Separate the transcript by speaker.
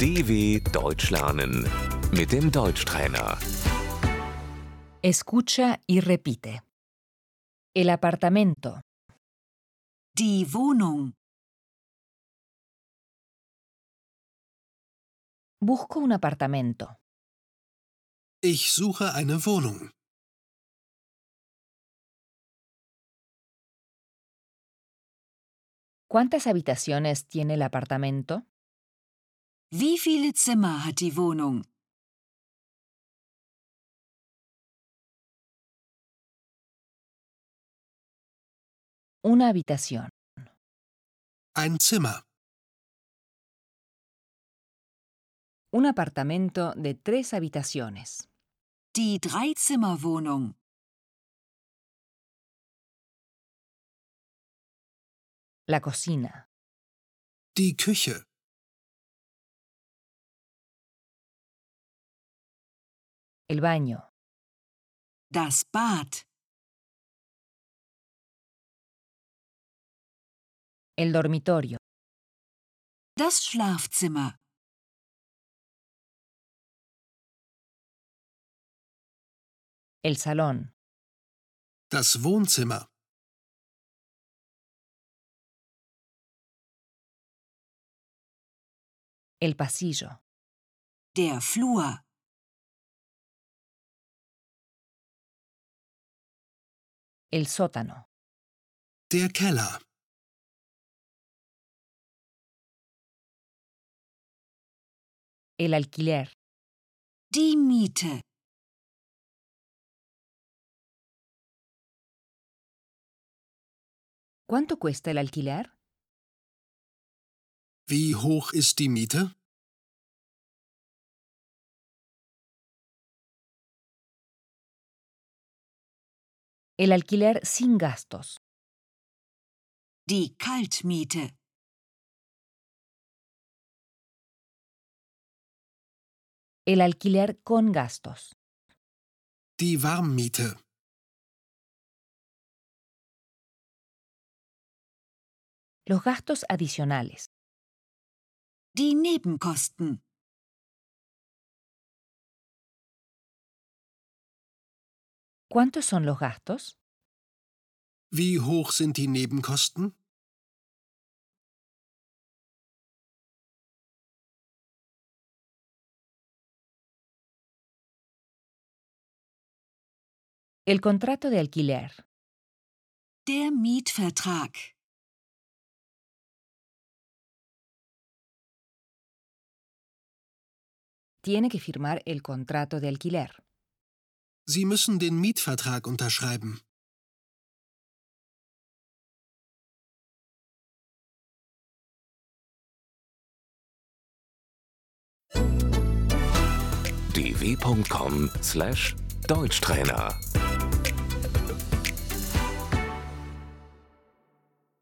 Speaker 1: DW Deutsch lernen mit dem Deutschtrainer.
Speaker 2: Escucha y repite. El apartamento,
Speaker 3: Die Wohnung.
Speaker 2: busco un apartamento,
Speaker 4: Ich suche eine Wohnung.
Speaker 2: ¿cuántas habitaciones tiene el apartamento?
Speaker 3: Wie viele Zimmer hat die Wohnung?
Speaker 2: Una habitación.
Speaker 4: Ein Zimmer.
Speaker 2: Un apartamento de tres habitaciones.
Speaker 3: Die Dreizimmerwohnung.
Speaker 2: La cocina,
Speaker 4: Die Küche.
Speaker 2: el baño,
Speaker 3: Das Bad.
Speaker 2: el dormitorio,
Speaker 3: Das Schlafzimmer.
Speaker 2: el salón,
Speaker 4: Das Wohnzimmer.
Speaker 2: el pasillo,
Speaker 3: Der Flur.
Speaker 2: el sótano,
Speaker 4: Der Keller.
Speaker 2: el alquiler,
Speaker 3: Die Miete.
Speaker 2: ¿Cuánto cuesta el alquiler?
Speaker 4: Wie hoch ist die Miete?
Speaker 2: El alquiler sin gastos,
Speaker 3: Die Kaltmiete.
Speaker 2: el alquiler con gastos,
Speaker 4: Die Warmmiete.
Speaker 2: los gastos adicionales,
Speaker 3: Die Nebenkosten.
Speaker 2: ¿Cuántos son los gastos?
Speaker 4: Wie hoch sind die Nebenkosten?
Speaker 2: El contrato de alquiler,
Speaker 3: Der Mietvertrag.
Speaker 2: tiene que firmar el contrato de alquiler.
Speaker 4: Sie müssen den Mietvertrag unterschreiben.
Speaker 1: dw.com/deutschtrainer